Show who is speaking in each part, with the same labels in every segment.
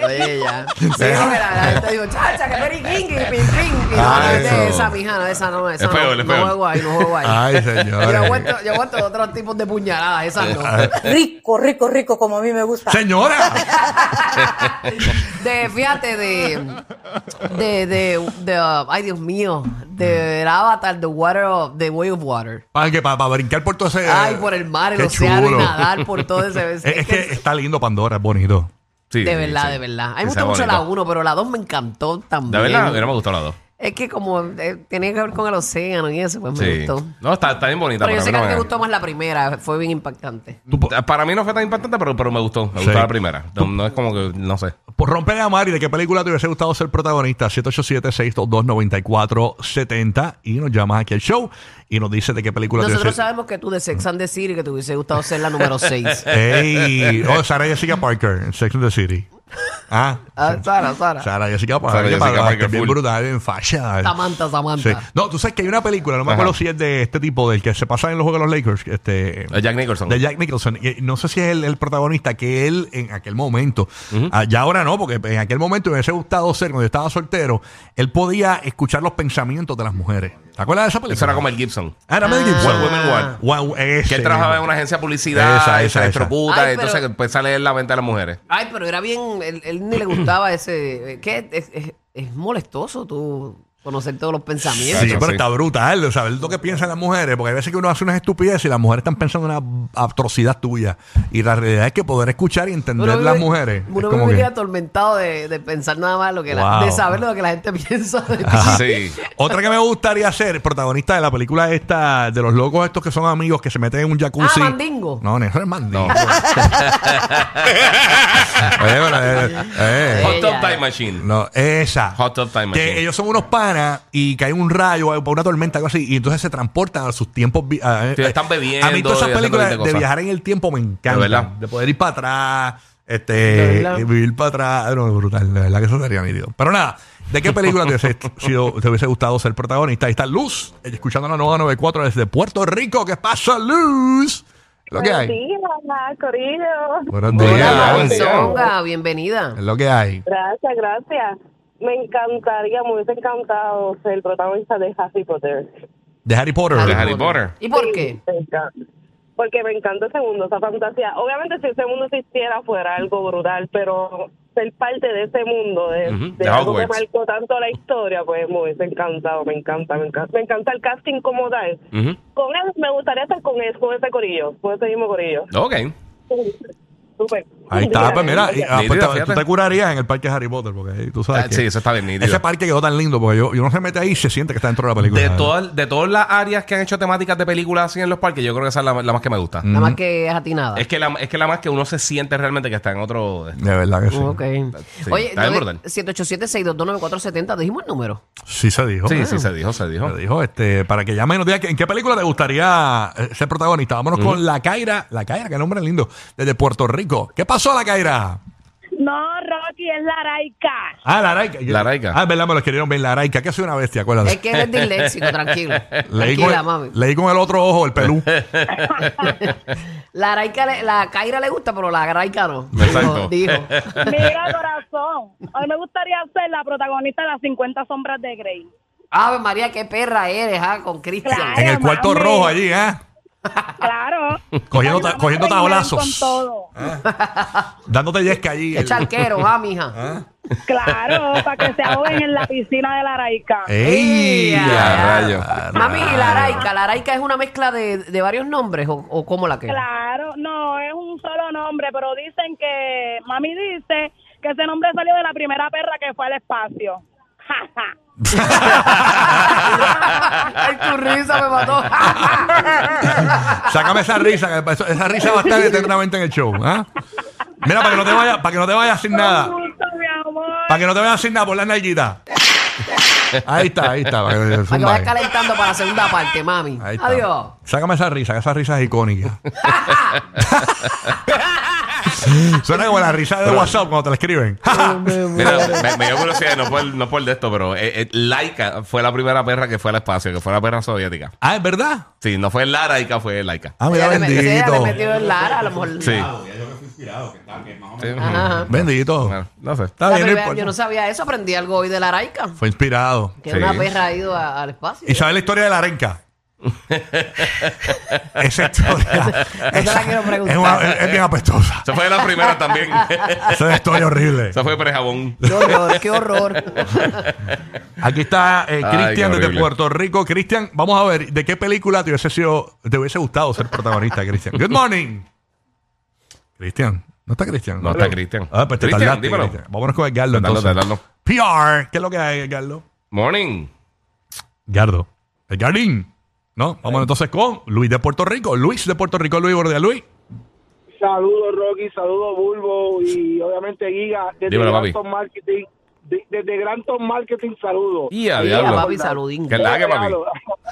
Speaker 1: Oye, ya. Sí, porque la, la gente dijo, chacha, que peri kinky, pin kinky. No,
Speaker 2: Ah,
Speaker 1: no, es de
Speaker 2: eso.
Speaker 1: esa, mija, no, esa no, esa
Speaker 3: Es
Speaker 1: no.
Speaker 3: peor, es
Speaker 1: no
Speaker 3: peor.
Speaker 1: juego ahí, no juego ahí.
Speaker 2: Ay,
Speaker 1: yo,
Speaker 2: señora.
Speaker 1: aguanto, yo aguanto otros tipos de puñaladas, esas no.
Speaker 4: rico, rico, rico, como a mí me gusta.
Speaker 2: ¡Señora!
Speaker 1: De, fíjate, de, de, de, de, uh, ay Dios mío, de el Avatar, The Water of, The Way of Water.
Speaker 2: Para que para, brincar por todo ese.
Speaker 1: Ay, por el mar, el
Speaker 2: Eh, Qué
Speaker 1: océano,
Speaker 2: chulo.
Speaker 1: y nadar por todo ese...
Speaker 2: Es, es que está lindo Pandora, es bonito.
Speaker 3: Sí,
Speaker 1: De
Speaker 3: sí,
Speaker 1: verdad,
Speaker 3: sí.
Speaker 1: de verdad. A mí
Speaker 3: Sí,
Speaker 1: me
Speaker 3: está
Speaker 1: gusta mucho la
Speaker 3: bonito.
Speaker 1: 1, pero la 2 me encantó
Speaker 3: De
Speaker 1: también.
Speaker 3: verdad, a mí no me gustó la dos.
Speaker 1: Es que como eh, tiene que ver con el océano y eso, pues me
Speaker 3: Sí.
Speaker 1: gustó.
Speaker 3: No, está, está bien bonita.
Speaker 1: Pero yo
Speaker 3: para
Speaker 1: sé que
Speaker 3: mí
Speaker 1: a
Speaker 3: no
Speaker 1: ti te
Speaker 3: me-
Speaker 1: gustó más la primera, fue bien impactante.
Speaker 3: Tú po- Para mí no fue tan impactante, pero, pero me gustó. Me
Speaker 2: Sí.
Speaker 3: gustó la primera. No, no es como que, no sé.
Speaker 2: Por romper Pues a Mari, ¿de qué película te hubiese gustado ser protagonista? 787-622-9470. Y nos llamas aquí al show y nos dices de qué película te
Speaker 1: Nosotros
Speaker 2: hubiese
Speaker 1: sabemos que tú de Sex and the City que te hubiese gustado ser la número 6.
Speaker 2: ¡Ey! Oh, Sara Jessica Parker, en Sex and the City. Ah,
Speaker 1: Ah, Sara, Sara.
Speaker 2: Sara Jessica Parker.
Speaker 3: Sara Jessica
Speaker 2: para-
Speaker 3: Parker,
Speaker 2: que es bien
Speaker 3: full.
Speaker 2: brutal en fashion.
Speaker 1: Samantha, Samantha.
Speaker 2: Sí. No, tú sabes que hay una película, no me
Speaker 3: Ajá.
Speaker 2: acuerdo si es de este tipo, del que se pasa en los juegos de los Lakers. Este,
Speaker 3: Eh, Jack Nicholson.
Speaker 2: De Jack Nicholson. Y, eh, no sé si es el, el protagonista que él en aquel momento, ah, ya ahora no, porque en aquel momento me hubiese gustado ser, cuando yo estaba soltero, él podía escuchar los pensamientos de las mujeres. ¿Te acuerdas de esa película?
Speaker 3: Eso era como el Gibson.
Speaker 2: Ah, era Mel Gibson.
Speaker 3: What Women Want.
Speaker 2: Wow, ese.
Speaker 3: Que él trabajaba en una agencia de
Speaker 2: Esa,
Speaker 3: publicidad y
Speaker 2: esa,
Speaker 3: se
Speaker 2: esa.
Speaker 3: electrocuta.
Speaker 1: Ay,
Speaker 3: y entonces
Speaker 1: pero-
Speaker 3: empieza a leer la venta de las mujeres.
Speaker 1: Ay, pero era bien, él, él ni le gustaba ese... eh, ¿Qué? Es, es- es molestoso tú conocer todos los pensamientos.
Speaker 2: Sí,
Speaker 3: Chacho,
Speaker 2: pero
Speaker 3: sí.
Speaker 2: está brutal, saber lo que piensan las mujeres, porque hay veces que uno hace unas estupideces y las mujeres están pensando una atrocidad tuya. Y la realidad es que poder escuchar y entender
Speaker 1: Uno
Speaker 2: las
Speaker 1: vive-
Speaker 2: mujeres. es
Speaker 1: Uno
Speaker 2: como
Speaker 1: viviría
Speaker 2: que-
Speaker 1: atormentado de, de pensar nada más lo que la-
Speaker 2: Wow.
Speaker 1: de saber lo que la gente piensa de ti.
Speaker 3: Sí.
Speaker 2: Otra que me gustaría ser, protagonista de la película esta, de los locos estos que son amigos que se meten en un jacuzzi.
Speaker 1: Ah, Mandingo.
Speaker 2: No, no, eso es mandingo.
Speaker 3: No.
Speaker 2: Oye, pero, eh, eh.
Speaker 1: Ella,
Speaker 3: Hot Top
Speaker 1: eh.
Speaker 3: Time Machine.
Speaker 2: No, esa.
Speaker 3: Hot Tub Time
Speaker 2: Que
Speaker 3: Machine.
Speaker 2: ellos son unos panas y cae un rayo o una tormenta algo así y entonces se transportan a sus tiempos. vi- a- eh,
Speaker 3: Sí, están bebiendo
Speaker 2: A mí todas
Speaker 3: y
Speaker 2: esas
Speaker 3: haciendo
Speaker 2: películas de,
Speaker 3: cualquier cosa.
Speaker 2: viajar en el tiempo me encantan.
Speaker 3: De
Speaker 2: De,
Speaker 3: verdad.
Speaker 2: poder ir para atrás,
Speaker 1: De
Speaker 2: este,
Speaker 1: verdad.
Speaker 2: y vivir para atrás. No, brutal, de verdad que eso sería mi Dios. Pero nada, ¿de qué película te hubiese, sido- te hubiese gustado ser protagonista? Ahí está Luz, ella escuchando la nueva 94 desde Puerto Rico. ¿Qué pasa, Luz? Lo que
Speaker 5: Buenos
Speaker 2: hay.
Speaker 5: días, mamá, Corillo.
Speaker 2: Buenos
Speaker 1: Hola,
Speaker 2: días.
Speaker 3: buen día.
Speaker 1: Marisonga, Ah, bienvenida.
Speaker 2: Es lo que hay.
Speaker 5: Gracias, gracias. Me encantaría, me hubiese encantado ser protagonista de Harry Potter.
Speaker 2: De Harry Potter.
Speaker 3: De Harry Potter.
Speaker 1: ¿Y por qué?
Speaker 5: Me encanta. Porque me encanta ese mundo, esa fantasía. Obviamente, si ese mundo existiera, fuera algo brutal, pero ser parte de ese mundo, de,
Speaker 3: Ujú,
Speaker 5: de
Speaker 3: de
Speaker 5: algo que
Speaker 3: Hogwarts.
Speaker 5: marcó tanto la historia, pues me hubiese encantado, me encanta, me encanta. Me encanta el casting como tal.
Speaker 3: Ujú.
Speaker 5: Con él, me gustaría estar con él, con ese corillo, con ese mismo corillo.
Speaker 3: Ok.
Speaker 5: Súper.
Speaker 2: Ahí está, pues
Speaker 1: eh,
Speaker 2: mira, y- ah,
Speaker 3: Nítido,
Speaker 2: pues, te- tú
Speaker 3: fíjate.
Speaker 2: te curarías en el parque Harry Potter, porque ahí tú sabes.
Speaker 3: Ah,
Speaker 2: que
Speaker 3: sí, eso está bien nítido.
Speaker 2: Ese parque quedó tan lindo, porque yo, yo uno se mete ahí y se siente que está dentro de la película.
Speaker 3: De todas, de todas las áreas que han hecho temáticas de películas así en los parques, yo creo que esa es la, la más que me gusta.
Speaker 1: Nada
Speaker 2: Mm.
Speaker 1: más que es atinada.
Speaker 3: Es que la, es que la más que uno se siente realmente que está en otro.
Speaker 2: De verdad que sí.
Speaker 1: Oh, Ok.
Speaker 3: Sí,
Speaker 1: Oye,
Speaker 3: está bien
Speaker 1: nueve-
Speaker 3: brutal.
Speaker 1: 787-622-9470, dijimos el número.
Speaker 2: Sí se dijo. ¿eh?
Speaker 3: Sí, sí, se dijo, se dijo.
Speaker 2: Se dijo, este, para que llamen y nos digan que- en qué película te gustaría eh, ser protagonista. Vámonos con La Caira. La Caira, qué nombre lindo. Desde Puerto Rico. ¿Qué pasó, La Caira?
Speaker 5: No, Rocky, es la Araica.
Speaker 2: Ah, La Araica.
Speaker 3: La Araica.
Speaker 2: Ah, es verdad, me lo escribieron bien. La Araica, que soy una bestia, acuérdate.
Speaker 1: Es que eres disléxico, tranquilo.
Speaker 2: leí, con,
Speaker 1: Tranquila, mami.
Speaker 2: leí con el otro ojo, el pelú.
Speaker 1: La, araica le- la Kaira le gusta, pero la Araica no.
Speaker 3: Exacto.
Speaker 1: Dijo. dijo.
Speaker 5: Mira, corazón, a mí me gustaría ser la protagonista de las 50 sombras de Grey.
Speaker 1: Ave María, qué perra eres, ah, con Cristian.
Speaker 5: Ay,
Speaker 2: en el cuarto
Speaker 5: mami.
Speaker 2: rojo allí, ¿ah?
Speaker 5: Claro.
Speaker 2: Cogiendo ta-
Speaker 5: Vamos a
Speaker 2: cogiendo
Speaker 5: terminar
Speaker 2: tablazos.
Speaker 5: Con todo.
Speaker 2: Dándote yesca allí.
Speaker 1: Qué charquero, ah, mija.
Speaker 5: Claro, para que se ahoguen en la piscina de la Araica.
Speaker 2: Eh. ¡Ey! Ah.
Speaker 3: Ya, rayo.
Speaker 1: Mami, y la araica. ¿La araica es una mezcla de, de varios nombres o, o cómo la que?
Speaker 5: Claro, no, es un solo nombre, pero dicen que, mami dice que ese nombre salió de la primera perra que fue al espacio. Ja, ja.
Speaker 1: Ay, tu risa me mató.
Speaker 2: Sácame esa risa, que eso- esa risa va a estar eternamente en el show. ¿ah? Mira, para que no te vayas, para que no te vayas sin nada.
Speaker 5: Con gusto, mi amor.
Speaker 2: Para que no te vayas sin nada por la nalguita. Ahí está, ahí está. para que-
Speaker 1: Para que vayas
Speaker 2: ahí.
Speaker 1: calentando para la segunda parte, mami.
Speaker 2: Ahí está.
Speaker 1: Adiós.
Speaker 2: Sácame esa risa, que esa risa es icónica. Suena como la risa de WhatsApp cuando te la escriben.
Speaker 3: Mira, me, me dio curiosidad, no por, no por de esto, pero eh, eh, Laika fue la primera perra que fue al espacio, que fue la perra soviética.
Speaker 2: ah, ¿es verdad?
Speaker 3: Sí, no fue Lara Laika, fue Laika.
Speaker 2: Ah, mira,
Speaker 1: Ella le met- sí, ella le
Speaker 2: bendito.
Speaker 1: metió el Lara, a lo mejor.
Speaker 3: Sí. Sí.
Speaker 1: Ajá.
Speaker 2: Bendito.
Speaker 3: Bueno, no sé.
Speaker 2: Está
Speaker 1: La
Speaker 2: bien, no
Speaker 1: primera-
Speaker 2: importa.
Speaker 1: yo no sabía eso, aprendí algo hoy de la araica.
Speaker 2: Fue inspirado.
Speaker 1: Que
Speaker 3: Sí.
Speaker 1: una perra ha ido a- al espacio.
Speaker 2: Y sabes la historia de la renca. Esa historia.
Speaker 1: te la
Speaker 2: esa-
Speaker 1: quiero preguntar.
Speaker 2: Es, una- es- es bien apestosa.
Speaker 3: Esa fue la primera también.
Speaker 2: Esa es una historia horrible.
Speaker 3: Esa fue prejabón.
Speaker 1: Qué horror, qué horror.
Speaker 2: Aquí está eh,
Speaker 3: Ay,
Speaker 2: Cristian
Speaker 3: qué
Speaker 2: desde
Speaker 3: horrible.
Speaker 2: Puerto Rico. Cristian, vamos a ver, ¿de qué película te hubiese, sido, te hubiese gustado ser protagonista, Cristian? Good morning. Cristian, ¿no está Cristian?
Speaker 3: No está Cristian.
Speaker 2: Ah, pues te
Speaker 3: Cristian,
Speaker 2: tardaste,
Speaker 3: dímelo.
Speaker 2: Cristian. Vámonos con Edgardo
Speaker 3: Tardalo,
Speaker 2: entonces.
Speaker 3: tardalo.
Speaker 2: PR, ¿qué es lo que hay, Edgardo?
Speaker 3: Morning.
Speaker 2: Edgardo. Edgardín. No, vamos entonces con Luis de Puerto Rico. Luis de Puerto Rico, Luis Bordea, Luis.
Speaker 6: Saludos Rocky, saludos Bulbo y obviamente Giga. Desde
Speaker 3: Dímelo, papi.
Speaker 6: Granton Marketing, de- desde Granton Marketing, saludos.
Speaker 3: Y a
Speaker 1: Ay,
Speaker 3: diablo.
Speaker 1: papi, saludín.
Speaker 3: Que la que, papi.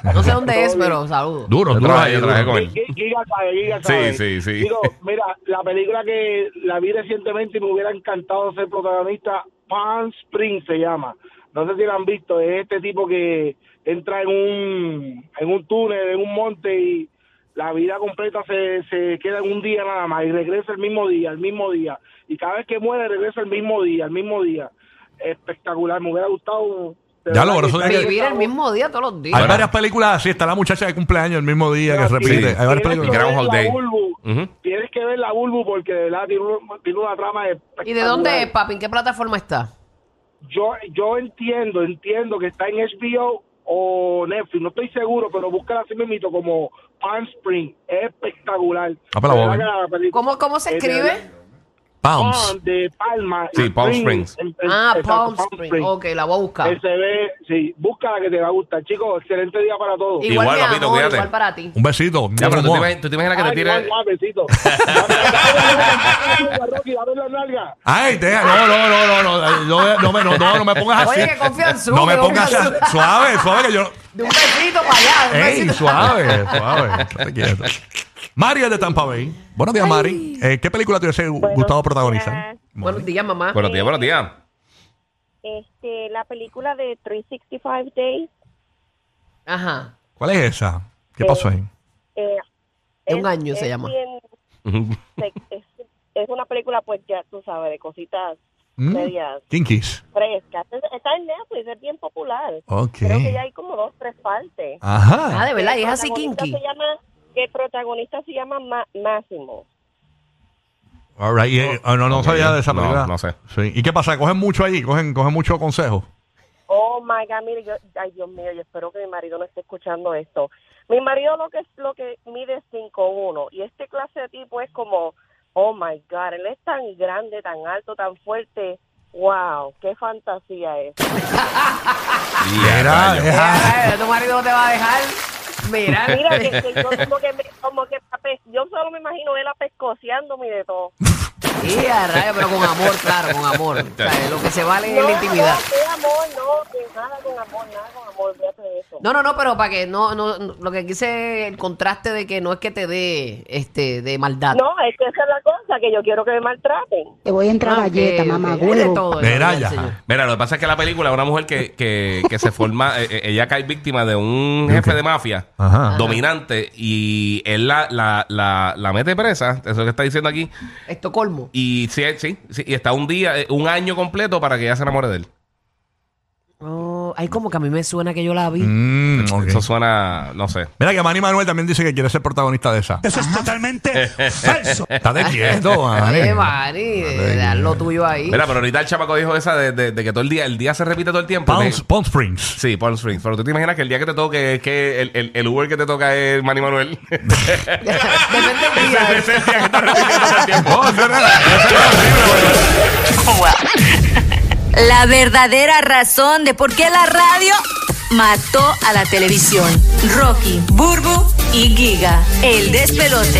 Speaker 1: No sé dónde es, pero saludo.
Speaker 2: Duro,
Speaker 3: Yo
Speaker 2: duro.
Speaker 3: trabajé,
Speaker 2: ahí,
Speaker 3: yo
Speaker 2: duro.
Speaker 3: trabajé con él.
Speaker 6: Gi- Giga sabe, Giga
Speaker 3: Sí,
Speaker 6: sabe.
Speaker 3: sí, sí.
Speaker 6: Digo, mira, la película que la vi recientemente y me hubiera encantado ser protagonista, Pan Spring se llama. No sé si la han visto, es este tipo que entra en un, en un túnel, en un monte y la vida completa se, se queda en un día nada más y regresa el mismo día, el mismo día. Y cada vez que muere regresa el mismo día, el mismo día. Espectacular, me hubiera gustado. de
Speaker 2: Ya lo,
Speaker 6: verdad
Speaker 2: por
Speaker 6: que
Speaker 2: eso tiene
Speaker 6: estar
Speaker 2: que-
Speaker 6: en
Speaker 1: Vivir
Speaker 6: esa
Speaker 1: el mismo día todos los días.
Speaker 2: Hay varias películas así. Está la muchacha de cumpleaños el mismo día que
Speaker 6: Sí.
Speaker 2: repite. Hay varias
Speaker 6: Tienes
Speaker 2: películas.
Speaker 6: que
Speaker 3: Groundhog
Speaker 6: ver la
Speaker 3: Day.
Speaker 6: Bulbu.
Speaker 3: Ujú.
Speaker 6: Tienes que ver la Bulbu porque de verdad tiene, un- tiene una trama
Speaker 1: ¿Y de dónde es,
Speaker 6: espectacular.
Speaker 1: papi? ¿En qué plataforma está?
Speaker 6: Yo, yo entiendo, entiendo que está en HBO o Netflix, no estoy seguro, pero búscala así mismo como Palm Spring. Es espectacular.
Speaker 2: Ah, pero la
Speaker 6: De
Speaker 2: voy a ver.
Speaker 6: verdad que la película-
Speaker 1: ¿Cómo, cómo se
Speaker 6: Eh, de
Speaker 1: escribe?
Speaker 6: verdad.
Speaker 2: Pounds.
Speaker 6: Palm de Palma.
Speaker 3: Sí, Palm Springs.
Speaker 6: en- en-
Speaker 1: Ah,
Speaker 6: exacto,
Speaker 1: Palm Spring.
Speaker 6: Springs.
Speaker 1: Ok, la voy a buscar.
Speaker 6: Eh, se ve, sí, búscala que te va a gustar. Chicos, excelente día para todos.
Speaker 1: Igual,
Speaker 3: Igual,
Speaker 1: mi
Speaker 3: papito,
Speaker 1: amor,
Speaker 3: cuídate.
Speaker 1: igual para ti.
Speaker 2: Un besito.
Speaker 3: Ya, pero tú te,
Speaker 2: Mua.
Speaker 3: imaginas, tú te imaginas que te
Speaker 6: Ay,
Speaker 3: tire.
Speaker 6: guau, guau, besito. Dame la Rocky, dame la nalga.
Speaker 2: Ay, deja, no, no, no, no, no, no, no, me- no, no, no me pongas así.
Speaker 1: Oye, que confianzudo,
Speaker 2: No me
Speaker 1: que
Speaker 2: pongas así.
Speaker 1: confianzudo.
Speaker 2: Suave, suave, que yo.
Speaker 1: De un besito para allá. de un
Speaker 2: Ey,
Speaker 1: besito.
Speaker 2: suave, suave. Estate quieto. Mari es de Tampa Bay. Buenos días, Mari. Eh, ¿Qué película te hubiese gustado protagonizar?
Speaker 1: Buenos días, mamá.
Speaker 3: Buenos días, buenos días.
Speaker 5: Este, la película de 365 Days
Speaker 1: Ajá.
Speaker 2: ¿Cuál es esa? ¿Qué pasó ahí?
Speaker 5: eh,
Speaker 1: De un año se llama.
Speaker 5: bien-
Speaker 3: Ujú.
Speaker 5: es, es una película, pues ya tú sabes, de cositas
Speaker 2: ¿Mm?
Speaker 5: medias
Speaker 2: Kinkies.
Speaker 5: frescas. Es- Está en Netflix, es bien popular.
Speaker 2: Ok.
Speaker 5: Creo que ya hay como dos, tres partes.
Speaker 1: Ah,
Speaker 2: Ajá.
Speaker 1: de verdad, y
Speaker 5: El
Speaker 1: es así
Speaker 5: protagonista
Speaker 1: kinky.
Speaker 5: se llama- El protagonista se llama Ma- Máximo.
Speaker 2: All right. y, eh, ah, no, no
Speaker 3: Ok.
Speaker 2: sabía de esa
Speaker 3: No,
Speaker 2: película.
Speaker 3: no sé.
Speaker 2: Sí. ¿Y qué pasa? ¿Cogen mucho allí? ¿Cogen, cogen mucho consejo?
Speaker 5: Oh my God, mire, yo, ay Dios mío, yo espero que mi marido no esté escuchando esto. Mi marido lo que es lo que mide es 5'1 y este clase de tipo es como, oh my God, él es tan grande, tan alto, tan fuerte. Wow, qué fantasía es.
Speaker 3: Ya,
Speaker 2: Era,
Speaker 3: rayo.
Speaker 2: era-
Speaker 1: Ah. Ay, Tu marido no te va a dejar. Mira.
Speaker 5: Mira, que, que yo como que, me- como que ape- yo solo me imagino él apescoseándome de todo.
Speaker 1: Sí, a rayos, pero con amor, claro, con amor. O sea, lo que se vale es
Speaker 5: no,
Speaker 1: la intimidad.
Speaker 5: No, qué amor, no, que nada con amor, nada con amor, fíjate de eso.
Speaker 1: No, no, no, pero para que no, no, no, lo que quise el contraste de que no es que te dé este de
Speaker 2: Ah.
Speaker 1: maldad.
Speaker 5: No, es que esa es la cosa, que yo quiero que me maltraten.
Speaker 7: Te voy a entrar
Speaker 1: Ah, ok,
Speaker 7: galleta,
Speaker 1: ok.
Speaker 7: mamá,
Speaker 1: Hay de
Speaker 7: huevo.
Speaker 1: todo, en la
Speaker 2: Mira
Speaker 1: vida del
Speaker 2: ya.
Speaker 1: Señor.
Speaker 3: Mira, lo que pasa es que la película es una mujer que, que, que se forma, eh, eh, ella cae víctima de un jefe de mafia
Speaker 2: Ajá.
Speaker 3: dominante y él la, la, la, la mete presa, eso que está diciendo aquí,
Speaker 1: Estocolmo.
Speaker 3: y sí, sí, sí, y está un día, eh, un año completo para que ella se enamore de él.
Speaker 1: Oh, yo, ay, como que a mí me suena que yo la vi.
Speaker 2: Mm, ok.
Speaker 3: Eso suena, no sé.
Speaker 2: Mira que Manny Manuel también dice que quiere ser protagonista de esa.
Speaker 8: Eso es totalmente falso.
Speaker 2: Está de quieto, Manny.
Speaker 1: Oye, Mari,
Speaker 2: Madre
Speaker 1: haz
Speaker 2: mía.
Speaker 1: lo tuyo ahí.
Speaker 3: Mira, pero ahorita el chamaco dijo esa de, de- de que todo el día, el día se repite todo el tiempo.
Speaker 2: Palm,
Speaker 3: Me-
Speaker 2: Palm Springs.
Speaker 3: Sí, Palm Springs. Pero tú te imaginas que el día que te toque, es que el, el, el Uber que te toca es Manny Manuel.
Speaker 1: Depende del día.
Speaker 3: Ese- ese es el día que está repitiendo todo el tiempo.
Speaker 2: Oh, eso era- eso era horrible, güey.
Speaker 7: La verdadera razón de por qué la radio mató a la televisión. Rocky, Burbu y Giga. El despelote.